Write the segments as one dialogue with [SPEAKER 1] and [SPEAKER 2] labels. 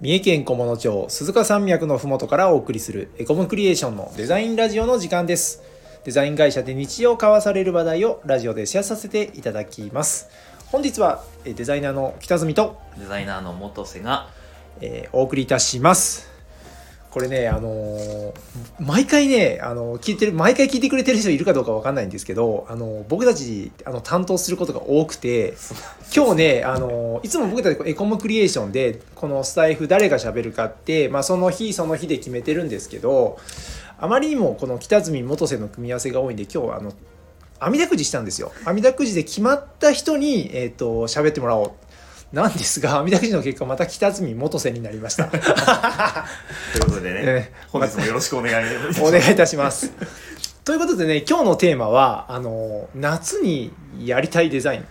[SPEAKER 1] 三重県菰野町鈴鹿山脈のふもとからお送りするエコムクリエーションのデザインラジオの時間ですデザイン会社で日常交わされる話題をラジオでシェアさせていただきます本日はえデザイナーの北住と、
[SPEAKER 2] デザイナーの元瀬が
[SPEAKER 1] えーお送りいたしますこれねあのー毎回ね、あのー聞いてる毎回聞いてくれてる人いるかどうかわかんないんですけど、あのー僕たちあの担当することが多くて今日ね、あのいつも僕たちエコムクリエーションでこのスタイフ誰が喋るかって、まあ、その日その日で決めてるんですけどあまりにもこの北角元瀬の組み合わせが多いんで今日はあの網だくじしたんですよ網だくじで決まった人にえっ、と喋ってもらおうなんですが網だくじの結果また北角元瀬になりました
[SPEAKER 2] ということでね、
[SPEAKER 1] ええ
[SPEAKER 2] 本日もよろしくお願いします
[SPEAKER 1] お願いいたします ということでね今日のテーマはあの夏にやりたいデザイン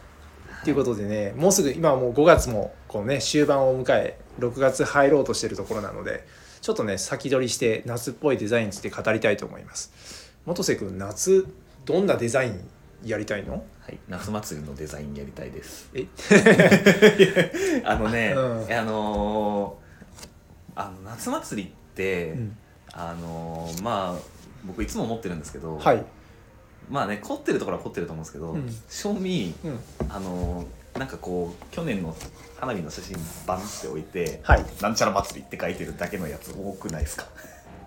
[SPEAKER 1] ということでね、もうすぐ今はもう5月もこうね終盤を迎え6月入ろうとしてるところなのでちょっとね先取りして夏っぽいデザインについて語りたいと思います元瀬君夏どんなデザインやりたいの
[SPEAKER 2] はい、夏祭りのデザインやりた いです
[SPEAKER 1] え
[SPEAKER 2] あのね、
[SPEAKER 1] うん
[SPEAKER 2] あのーあの夏祭りって、
[SPEAKER 1] うん
[SPEAKER 2] あのーまあ僕いつも思ってるんですけど、
[SPEAKER 1] はい、
[SPEAKER 2] まあね凝ってるところは凝ってると思うんですけど、
[SPEAKER 1] うん
[SPEAKER 2] 賞味
[SPEAKER 1] うん、
[SPEAKER 2] あのーなんかこう去年の花火の写真バンって置いて
[SPEAKER 1] はい
[SPEAKER 2] なんちゃら祭りって書いてるだけのやつ多くないですか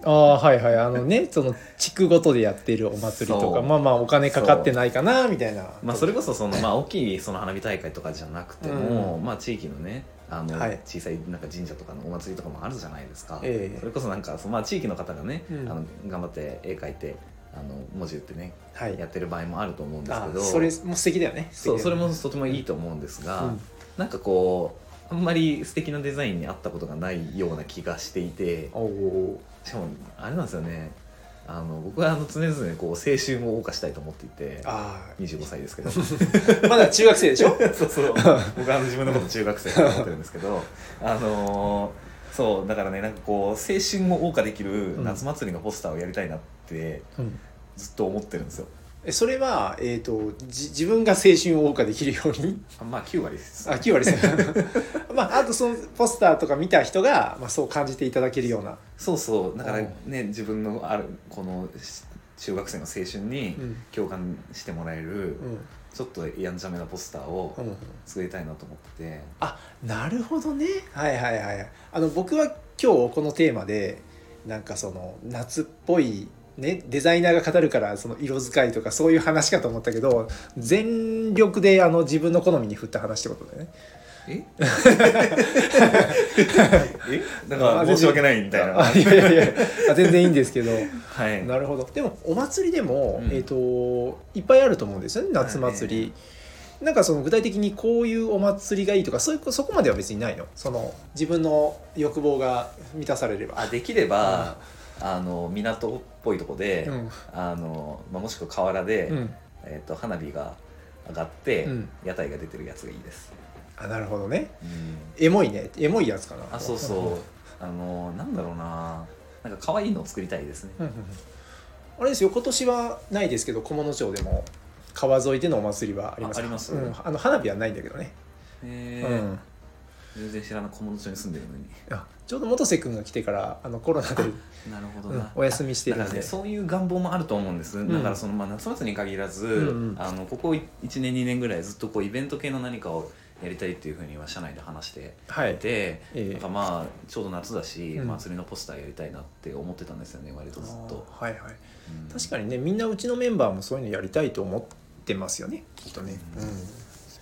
[SPEAKER 1] ああはいはいあのねその地区ごとでやってるお祭りとか
[SPEAKER 2] そう
[SPEAKER 1] まあまあお金かかってないかなみたいな
[SPEAKER 2] まあ、それこそその、まあ、大きいその花火大会とかじゃなくても、
[SPEAKER 1] う
[SPEAKER 2] まあ、地域のねあの
[SPEAKER 1] はい
[SPEAKER 2] 小さいなんか神社とかのお祭りとかもあるじゃないですか、
[SPEAKER 1] ええ
[SPEAKER 2] それこそなんかその、まあ、地域の方がね、
[SPEAKER 1] うん
[SPEAKER 2] あの頑張って絵描いてあの文字打ってね
[SPEAKER 1] はい
[SPEAKER 2] やってる場合もあると思うんですけ
[SPEAKER 1] あ
[SPEAKER 2] ど
[SPEAKER 1] それも素敵だよね
[SPEAKER 2] そうそれ
[SPEAKER 1] も、
[SPEAKER 2] もとてもいいと思うんです
[SPEAKER 1] う
[SPEAKER 2] が、
[SPEAKER 1] ん
[SPEAKER 2] なんかこうあんまり素敵なデザインに合ったことがないような気がしていて
[SPEAKER 1] おお
[SPEAKER 2] しかもあれなんですよねあの僕はあの常々こう青春を謳歌したいと思っていて
[SPEAKER 1] あ
[SPEAKER 2] 25歳ですけど。
[SPEAKER 1] あまだ中学生でしょ
[SPEAKER 2] そうそう僕はあの自分のこと中学生だと思ってるんです けどあのーそうだからねなんかこう青春を謳歌できる夏祭りのポスターをやりたいなって
[SPEAKER 1] うん
[SPEAKER 2] ずっと思ってるんですよ
[SPEAKER 1] えそれは、えー、とじ自分が青春を謳歌できるよう に
[SPEAKER 2] あまあ9割です
[SPEAKER 1] あ9割ですね まああとそのポスターとか見た人が、まあ、そう感じていただけるような、
[SPEAKER 2] そうそうだから
[SPEAKER 1] う
[SPEAKER 2] ね自分のあるこのし中学生の青春に
[SPEAKER 1] うん
[SPEAKER 2] 共感してもらえる
[SPEAKER 1] うん
[SPEAKER 2] ちょっとやんちゃめなポスターを
[SPEAKER 1] うん、
[SPEAKER 2] 作りたいなと思ってて
[SPEAKER 1] あなるほどねはいはいはいあの僕は今日このテーマでなんかその夏っぽいね、デザイナーが語るからその色使いとかそういう話かと思ったけど全力であの自分の好みに振った話ってことだよね。
[SPEAKER 2] え えだから申し訳ないみたいな
[SPEAKER 1] あいやいやいやあ全然いいんですけど
[SPEAKER 2] はい
[SPEAKER 1] なるほどでもお祭りでも、
[SPEAKER 2] うん
[SPEAKER 1] えっといっぱいあると思うんですよね夏祭り、なんかその具体的にこういうお祭りがいいとかそういうそこまでは別にないのその自分の欲望が満たされれば
[SPEAKER 2] あできれば、あの港っぽいとこで、
[SPEAKER 1] うん
[SPEAKER 2] あのまあ、もしくは河原で、
[SPEAKER 1] うん
[SPEAKER 2] えー、と花火が上がって、
[SPEAKER 1] うん
[SPEAKER 2] 屋台が出てるやつがいいです、
[SPEAKER 1] あなるほどねエモいねエモいやつかな
[SPEAKER 2] あそうそうあのなんだろうななんか可愛いのを作りたいですね、
[SPEAKER 1] うんうんうんあれですよ今年はないですけど菰野町でも川沿いでのお祭りはあります
[SPEAKER 2] ああります
[SPEAKER 1] うん、あの花火はないんだけどね、
[SPEAKER 2] え
[SPEAKER 1] う
[SPEAKER 2] ー
[SPEAKER 1] ん
[SPEAKER 2] 全然知らない小物町に住んでるのに
[SPEAKER 1] あちょうど元瀬君が来てからあのコロナで
[SPEAKER 2] なるほど
[SPEAKER 1] う
[SPEAKER 2] な、
[SPEAKER 1] んお休みして
[SPEAKER 2] だか
[SPEAKER 1] る
[SPEAKER 2] ら
[SPEAKER 1] ん
[SPEAKER 2] ね、
[SPEAKER 1] で
[SPEAKER 2] そういう願望もあると思うんです、
[SPEAKER 1] ん
[SPEAKER 2] だからその、まあ、夏祭りに限らず、
[SPEAKER 1] うんうん
[SPEAKER 2] あのここ1年2年ぐらいずっとこうイベント系の何かをやりたいっていうふうには社内で話して
[SPEAKER 1] はい
[SPEAKER 2] で、
[SPEAKER 1] ええ
[SPEAKER 2] なんかまあちょうど夏だし、
[SPEAKER 1] うん
[SPEAKER 2] 祭りのポスターやりたいなって思ってたんですよね割とずっと、
[SPEAKER 1] あーはいはい
[SPEAKER 2] うん
[SPEAKER 1] 確かにねみんなうちのメンバーもそういうのやりたいと思ってますよねきっとね、
[SPEAKER 2] う
[SPEAKER 1] うんん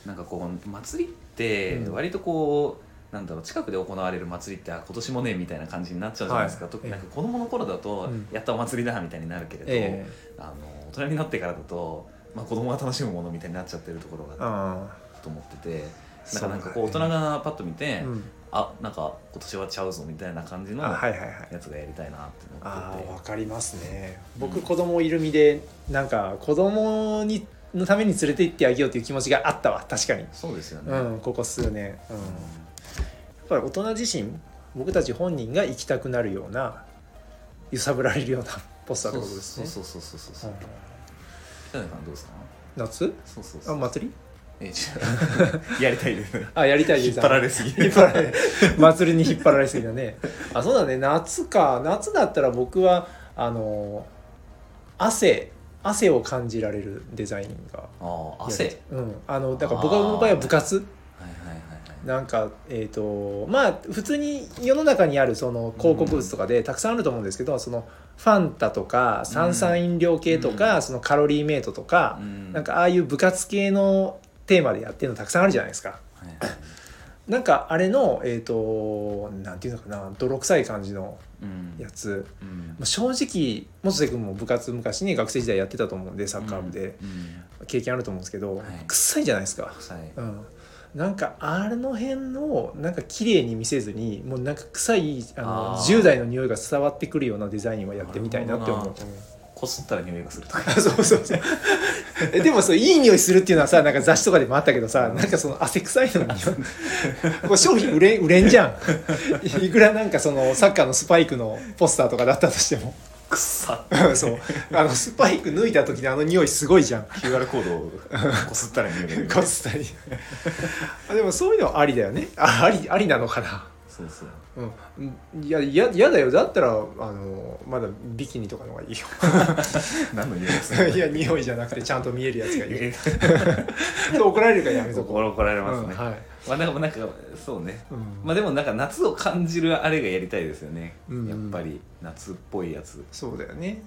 [SPEAKER 2] なんかこう祭りって
[SPEAKER 1] うん
[SPEAKER 2] 割とこう、なんだろう近くで行われる祭りってあ今年もねみたいな感じになっちゃうじゃないですか、
[SPEAKER 1] はい
[SPEAKER 2] 特になんか子供の頃だと、
[SPEAKER 1] うん
[SPEAKER 2] やったお祭りだみたいになるけれど、
[SPEAKER 1] ええ
[SPEAKER 2] あの大人になってからだと、まあ、子供が楽しむものみたいになっちゃってるところがあ
[SPEAKER 1] あ
[SPEAKER 2] ると思ってて
[SPEAKER 1] ー
[SPEAKER 2] なんかなんかこう大
[SPEAKER 1] そ
[SPEAKER 2] 人
[SPEAKER 1] だね
[SPEAKER 2] がパッと見て、
[SPEAKER 1] うん
[SPEAKER 2] あなんか今年はちゃうぞみたいな感じの
[SPEAKER 1] あ
[SPEAKER 2] や
[SPEAKER 1] はいはいはい
[SPEAKER 2] つがやりたいなって思ってて。
[SPEAKER 1] あーわかりますね僕
[SPEAKER 2] うん
[SPEAKER 1] 子供いる身でなんか子供にのために連れて行ってあげようという気持ちがあったわ確かに
[SPEAKER 2] そうですよね、
[SPEAKER 1] うんここ数年うんやっぱり大人自身僕たち本人が行きたくなるような揺さぶられるようなポスターってことですね
[SPEAKER 2] そうそうそうそうそうそう
[SPEAKER 1] うん
[SPEAKER 2] 北谷さんどうですか
[SPEAKER 1] 夏
[SPEAKER 2] そうそうそ
[SPEAKER 1] あ
[SPEAKER 2] う
[SPEAKER 1] 祭り
[SPEAKER 2] えちょ やりたいですね
[SPEAKER 1] あやりたい
[SPEAKER 2] 引っ張られすぎ
[SPEAKER 1] 引っ張られ祭りに引っ張られすぎだねあそうだね夏か夏だったら僕はあの汗汗を感じられるデザインが
[SPEAKER 2] ああ
[SPEAKER 1] やり
[SPEAKER 2] 汗
[SPEAKER 1] うんあのだから僕の場合は部活
[SPEAKER 2] はいはいはいはい
[SPEAKER 1] なんかえっ、とまあ普通に世の中にあるその広告物とかでたくさんあると思うんですけど、そのファンタとか炭酸飲料系とか、
[SPEAKER 2] うん
[SPEAKER 1] そのカロリーメイトとか、なんかああいう部活系のテーマでやってるのたくさんあるじゃないですか。
[SPEAKER 2] はいはい
[SPEAKER 1] なんかあれのえっ、となんていうのかな泥臭い感じの
[SPEAKER 2] うん
[SPEAKER 1] やつ
[SPEAKER 2] うん
[SPEAKER 1] まあ正直元瀬君も部活昔に学生時代やってたと思うんでサッカー部で
[SPEAKER 2] うん
[SPEAKER 1] 経験あると思うんですけど、
[SPEAKER 2] はい
[SPEAKER 1] 臭いじゃないですか。
[SPEAKER 2] 臭い
[SPEAKER 1] うん、なんかあの辺のなんか綺麗に見せずにもうなんか臭いあの
[SPEAKER 2] あー
[SPEAKER 1] 10代の匂いが伝わってくるようなデザインはやってみたいなって思
[SPEAKER 2] なる
[SPEAKER 1] う
[SPEAKER 2] ほ。こすったら匂いがす るとか
[SPEAKER 1] あそうそうそうえでもそういい匂いするっていうのはさなんか雑誌とかでもあったけどさなんかその汗臭いのにこれ商品売れ売れんじゃんいくらなんかそのサッカーのスパイクのポスターとかだったとしても
[SPEAKER 2] くっ さ
[SPEAKER 1] そうあのスパイク抜いた時のあの匂いすごいじゃん
[SPEAKER 2] QR コ ードをこすったら匂いが出る
[SPEAKER 1] こっそりあでもそういうのはありだよねあありありなのかな
[SPEAKER 2] そうそう
[SPEAKER 1] うん、いやいや嫌だよだったらあのまだビキニとかの方がいいよ
[SPEAKER 2] 何の匂いがす る
[SPEAKER 1] いや匂いじゃなくてちゃんと見えるやつがいい
[SPEAKER 2] え
[SPEAKER 1] 怒られるからやめとこう
[SPEAKER 2] 怒ら怒られますね、
[SPEAKER 1] うんはい
[SPEAKER 2] まあなんかなんかそうね
[SPEAKER 1] うん
[SPEAKER 2] まあでもなんか夏を感じるあれがやりたいですよね、
[SPEAKER 1] うん
[SPEAKER 2] やっぱり夏っぽいやつ、
[SPEAKER 1] そうだよね、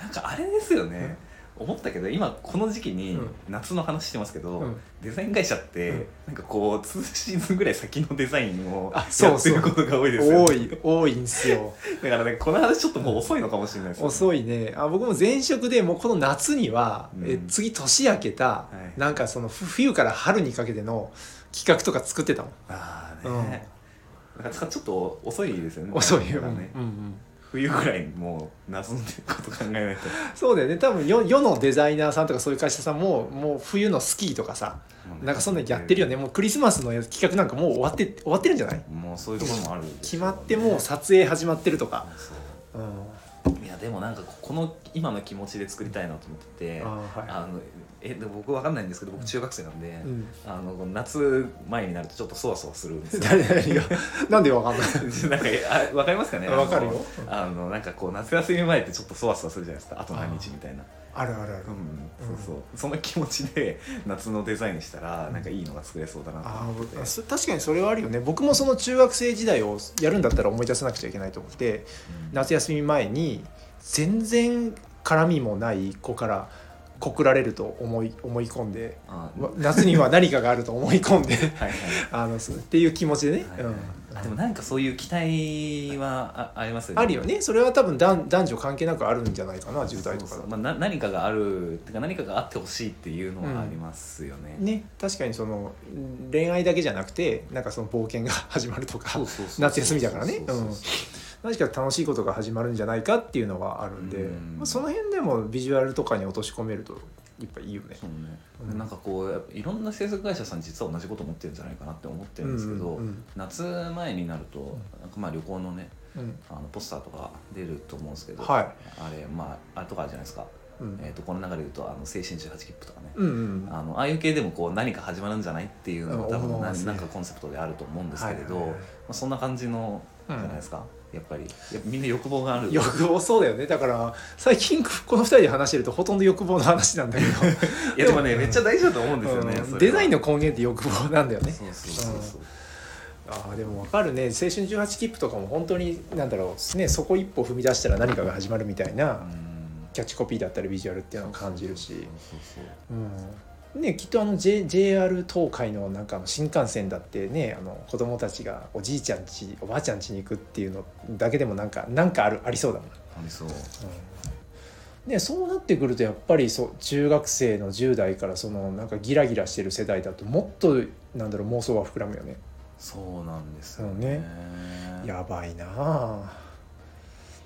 [SPEAKER 2] なんかあれですよね、思ったけど今この時期に
[SPEAKER 1] うん
[SPEAKER 2] 夏の話してますけど、
[SPEAKER 1] うん
[SPEAKER 2] デザイン会社って、
[SPEAKER 1] うん
[SPEAKER 2] なんかこう2シーズンぐらい先のデザインを
[SPEAKER 1] あそ
[SPEAKER 2] や
[SPEAKER 1] う
[SPEAKER 2] って
[SPEAKER 1] そう
[SPEAKER 2] ることが多いですよ
[SPEAKER 1] 多
[SPEAKER 2] ね
[SPEAKER 1] い多いんですよ
[SPEAKER 2] だからねこの話ちょっともう遅いのかもしれないですよね
[SPEAKER 1] 遅いねあ僕も前職でもうこの夏には、
[SPEAKER 2] うん
[SPEAKER 1] え次年明けた、
[SPEAKER 2] い
[SPEAKER 1] なんかそのふ冬から春にかけての企画とか作ってたもん、
[SPEAKER 2] ああね、なんかちょっと遅いですよね
[SPEAKER 1] 遅い
[SPEAKER 2] だ
[SPEAKER 1] よ、
[SPEAKER 2] か
[SPEAKER 1] う
[SPEAKER 2] ら
[SPEAKER 1] ん
[SPEAKER 2] ね
[SPEAKER 1] うん
[SPEAKER 2] 冬ぐらいにもう謎のこと考えないと、
[SPEAKER 1] そうだよね多分世世のデザイナーさんとかそういう会社さんももう冬のスキーとかさなんかそんなのやってるよねもうクリスマスの企画なんかもう終わって終わってるんじゃない
[SPEAKER 2] もうそういうところもある
[SPEAKER 1] 決まってもう撮影始まってるとか、
[SPEAKER 2] そう
[SPEAKER 1] うん、
[SPEAKER 2] いやでもなんかここの今の気持ちで作りたいなと思ってて
[SPEAKER 1] あーはい
[SPEAKER 2] あのえでも僕わかんないんですけど僕中学生なんで、
[SPEAKER 1] うん
[SPEAKER 2] あの夏前になるとちょっとそわそわするんです よ
[SPEAKER 1] 誰々が なんでわかんない
[SPEAKER 2] なんかえあわかりますかね
[SPEAKER 1] あわかるよ
[SPEAKER 2] あのあのなんかこう夏休み前ってちょっとそわそわするじゃないですかあと何日みたいな
[SPEAKER 1] あるあるある
[SPEAKER 2] う
[SPEAKER 1] う
[SPEAKER 2] ん
[SPEAKER 1] ん
[SPEAKER 2] そうそうそんな気持ちで夏のデザインしたらなんかいいのが作れそうだなと
[SPEAKER 1] あ
[SPEAKER 2] 思って
[SPEAKER 1] ーそ確かにそれはあるよね僕もその中学生時代をやるんだったら思い出さなくちゃいけないと思って
[SPEAKER 2] うん
[SPEAKER 1] 夏休み前に全然絡みもない子から告られると思い思い込んで
[SPEAKER 2] あ
[SPEAKER 1] わ夏には何かがあると思い込んで
[SPEAKER 2] はいはい
[SPEAKER 1] あのそうっていう気持ちでね、
[SPEAKER 2] はい
[SPEAKER 1] うん
[SPEAKER 2] あでもなんかそういう期待はあありますよね
[SPEAKER 1] あるよねそれは多分男男女関係なくあるんじゃないかな10代とか
[SPEAKER 2] そ
[SPEAKER 1] だ
[SPEAKER 2] うそう
[SPEAKER 1] と
[SPEAKER 2] まあ、な何かがあるっていうか何かがあってほしいっていうのはありますよね、
[SPEAKER 1] ね確かにその恋愛だけじゃなくてなんかその冒険が 始まるとか
[SPEAKER 2] そうそうそう
[SPEAKER 1] 夏休みだからね
[SPEAKER 2] そうそうそう
[SPEAKER 1] 何か楽しいことが始まるんじゃないかっていうのはあるんで、
[SPEAKER 2] うん
[SPEAKER 1] まあ、その辺でもビジュアルとかに落とし込めるとやっぱいいよね。
[SPEAKER 2] そうね
[SPEAKER 1] うん
[SPEAKER 2] なんかこうやっぱいろんな制作会社さん実は同じこと思ってるんじゃないかなって思ってるんですけど、
[SPEAKER 1] うんうん
[SPEAKER 2] 夏前になるとなんかまあ旅行のね
[SPEAKER 1] うん
[SPEAKER 2] あのポスターとか出ると思うんですけど、
[SPEAKER 1] はい
[SPEAKER 2] あれまああれとかあるじゃないですか、
[SPEAKER 1] うん
[SPEAKER 2] えー、とこの中で言うとあの青春18切符とかね、
[SPEAKER 1] うんうん
[SPEAKER 2] あのああいう系でもこう何か始まるんじゃないっていうのが多
[SPEAKER 1] うん思
[SPEAKER 2] 分
[SPEAKER 1] いま
[SPEAKER 2] な,、
[SPEAKER 1] すね
[SPEAKER 2] んかコンセプトであると思うんですけれど、
[SPEAKER 1] はいはいは
[SPEAKER 2] ま
[SPEAKER 1] い
[SPEAKER 2] あ、そんな感じのじゃないですか、やっぱりやっぱみんな欲望がある
[SPEAKER 1] 欲望そうだよねだから最近この2人で話してるとほとんど欲望の話なんだ け
[SPEAKER 2] いやでもねめっちゃ大事だと思うんです
[SPEAKER 1] ど、
[SPEAKER 2] よね、
[SPEAKER 1] うん
[SPEAKER 2] それは
[SPEAKER 1] デザインの根源って欲望なんだよね
[SPEAKER 2] そうそうそうそう
[SPEAKER 1] ああでもわかるね青春18切符とかも本当に何だろうねそこ一歩踏み出したら何かが始まるみたいな
[SPEAKER 2] うん
[SPEAKER 1] キャッチコピーだったりビジュアルっていうのを感じるし
[SPEAKER 2] そうそうそう
[SPEAKER 1] うんねきっとあの、J、JR 東海のなんかあの新幹線だってねあの子供たちがおじいちゃんちおばあちゃんちに行くっていうのだけでもなんかなんかあるありそうだもん、
[SPEAKER 2] ありそう
[SPEAKER 1] うんね、そうなってくるとやっぱりそう中学生の10代からそのなんかギラギラしてる世代だともっとなんだろう妄想は膨らむよね
[SPEAKER 2] そうなんですよね
[SPEAKER 1] やばいなあ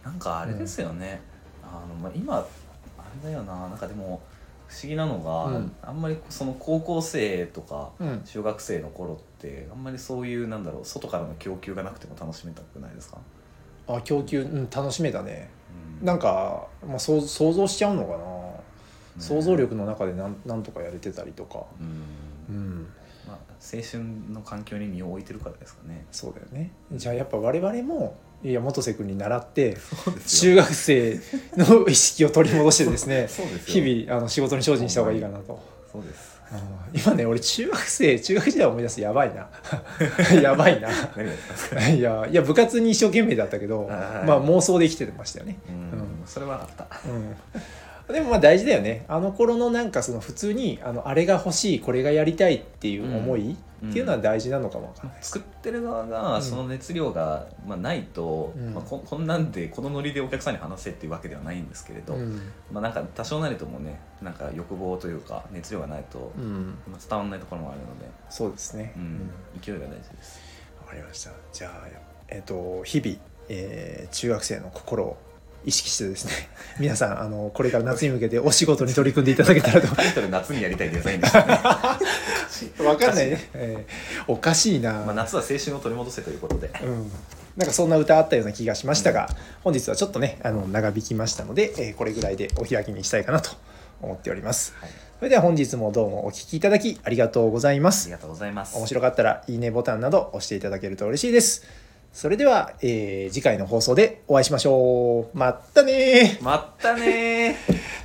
[SPEAKER 2] なんかあれですよね、あのまあ、今あれだよななんかでも不思議なのが、
[SPEAKER 1] うん
[SPEAKER 2] あんまりその高校生とか
[SPEAKER 1] うん
[SPEAKER 2] 中学生の頃ってあんまりそういうなんだろう外からの供給がなくても楽しめたくないですか、
[SPEAKER 1] あ供給、うん、楽しめたね
[SPEAKER 2] うん
[SPEAKER 1] なんか、まあ、そう想像しちゃうのかな想像力の中でなんなんとかやれてたりとか、
[SPEAKER 2] うん
[SPEAKER 1] うん、
[SPEAKER 2] まあ、青春の環境に身を置いてるからですかね
[SPEAKER 1] そうだよねじゃあやっぱ我々もいや元瀬君に習って
[SPEAKER 2] そうです
[SPEAKER 1] 中学生の意識を取り戻してです ね
[SPEAKER 2] そうですよ
[SPEAKER 1] 日々あの仕事に精進した方がいいかなと。
[SPEAKER 2] そうです
[SPEAKER 1] あの今ね俺中学生中学時代思い出すやばいな やばい な
[SPEAKER 2] 何がですか、
[SPEAKER 1] いやいや部活に一生懸命だったけど
[SPEAKER 2] はい
[SPEAKER 1] まあ妄想で生きてましたよね、
[SPEAKER 2] うんそれはあった
[SPEAKER 1] うん、でもまあ大事だよねあの頃のなんかその普通にあのあれが欲しいこれがやりたいっていう思いっていうのは大事なのかもわかんないです、
[SPEAKER 2] 作ってる側がその熱量が、まあ、ないと、
[SPEAKER 1] うん
[SPEAKER 2] まあ、ここんなんでこのノリでお客さんに話せっていうわけではないんですけれど、
[SPEAKER 1] うん
[SPEAKER 2] まあ、なんか多少なりともねなんか欲望というか熱量がないと、
[SPEAKER 1] うん、
[SPEAKER 2] まあ、伝わらないところもあるので、
[SPEAKER 1] そうですね、
[SPEAKER 2] う
[SPEAKER 1] うん
[SPEAKER 2] ん、勢いが大事です
[SPEAKER 1] わかりました。じゃあ、えっ、と、日々、えー中学生の心を意識してですね、 皆さん、あの、これから夏に向けてお仕事に取り組んでいただけたらと。
[SPEAKER 2] タイトル夏にやりたいデザインでしたね
[SPEAKER 1] わかん ないね。えーおかしいな。
[SPEAKER 2] まあ夏は青春を取り戻せということで
[SPEAKER 1] うん。なんかそんな歌あったような気がしましたが、本日はちょっとね、あの、長引きましたので、えーこれぐらいでお開きにしたいかなと思っております。
[SPEAKER 2] はい
[SPEAKER 1] それでは本日もどうもお聞きいただきありがとうございま
[SPEAKER 2] あ
[SPEAKER 1] す
[SPEAKER 2] り。がとうございます
[SPEAKER 1] 面白かったらいいねボタンなど押していただけると嬉しいです。それでは、えー次回の放送でお会いしましょう。まったねー
[SPEAKER 2] まったねー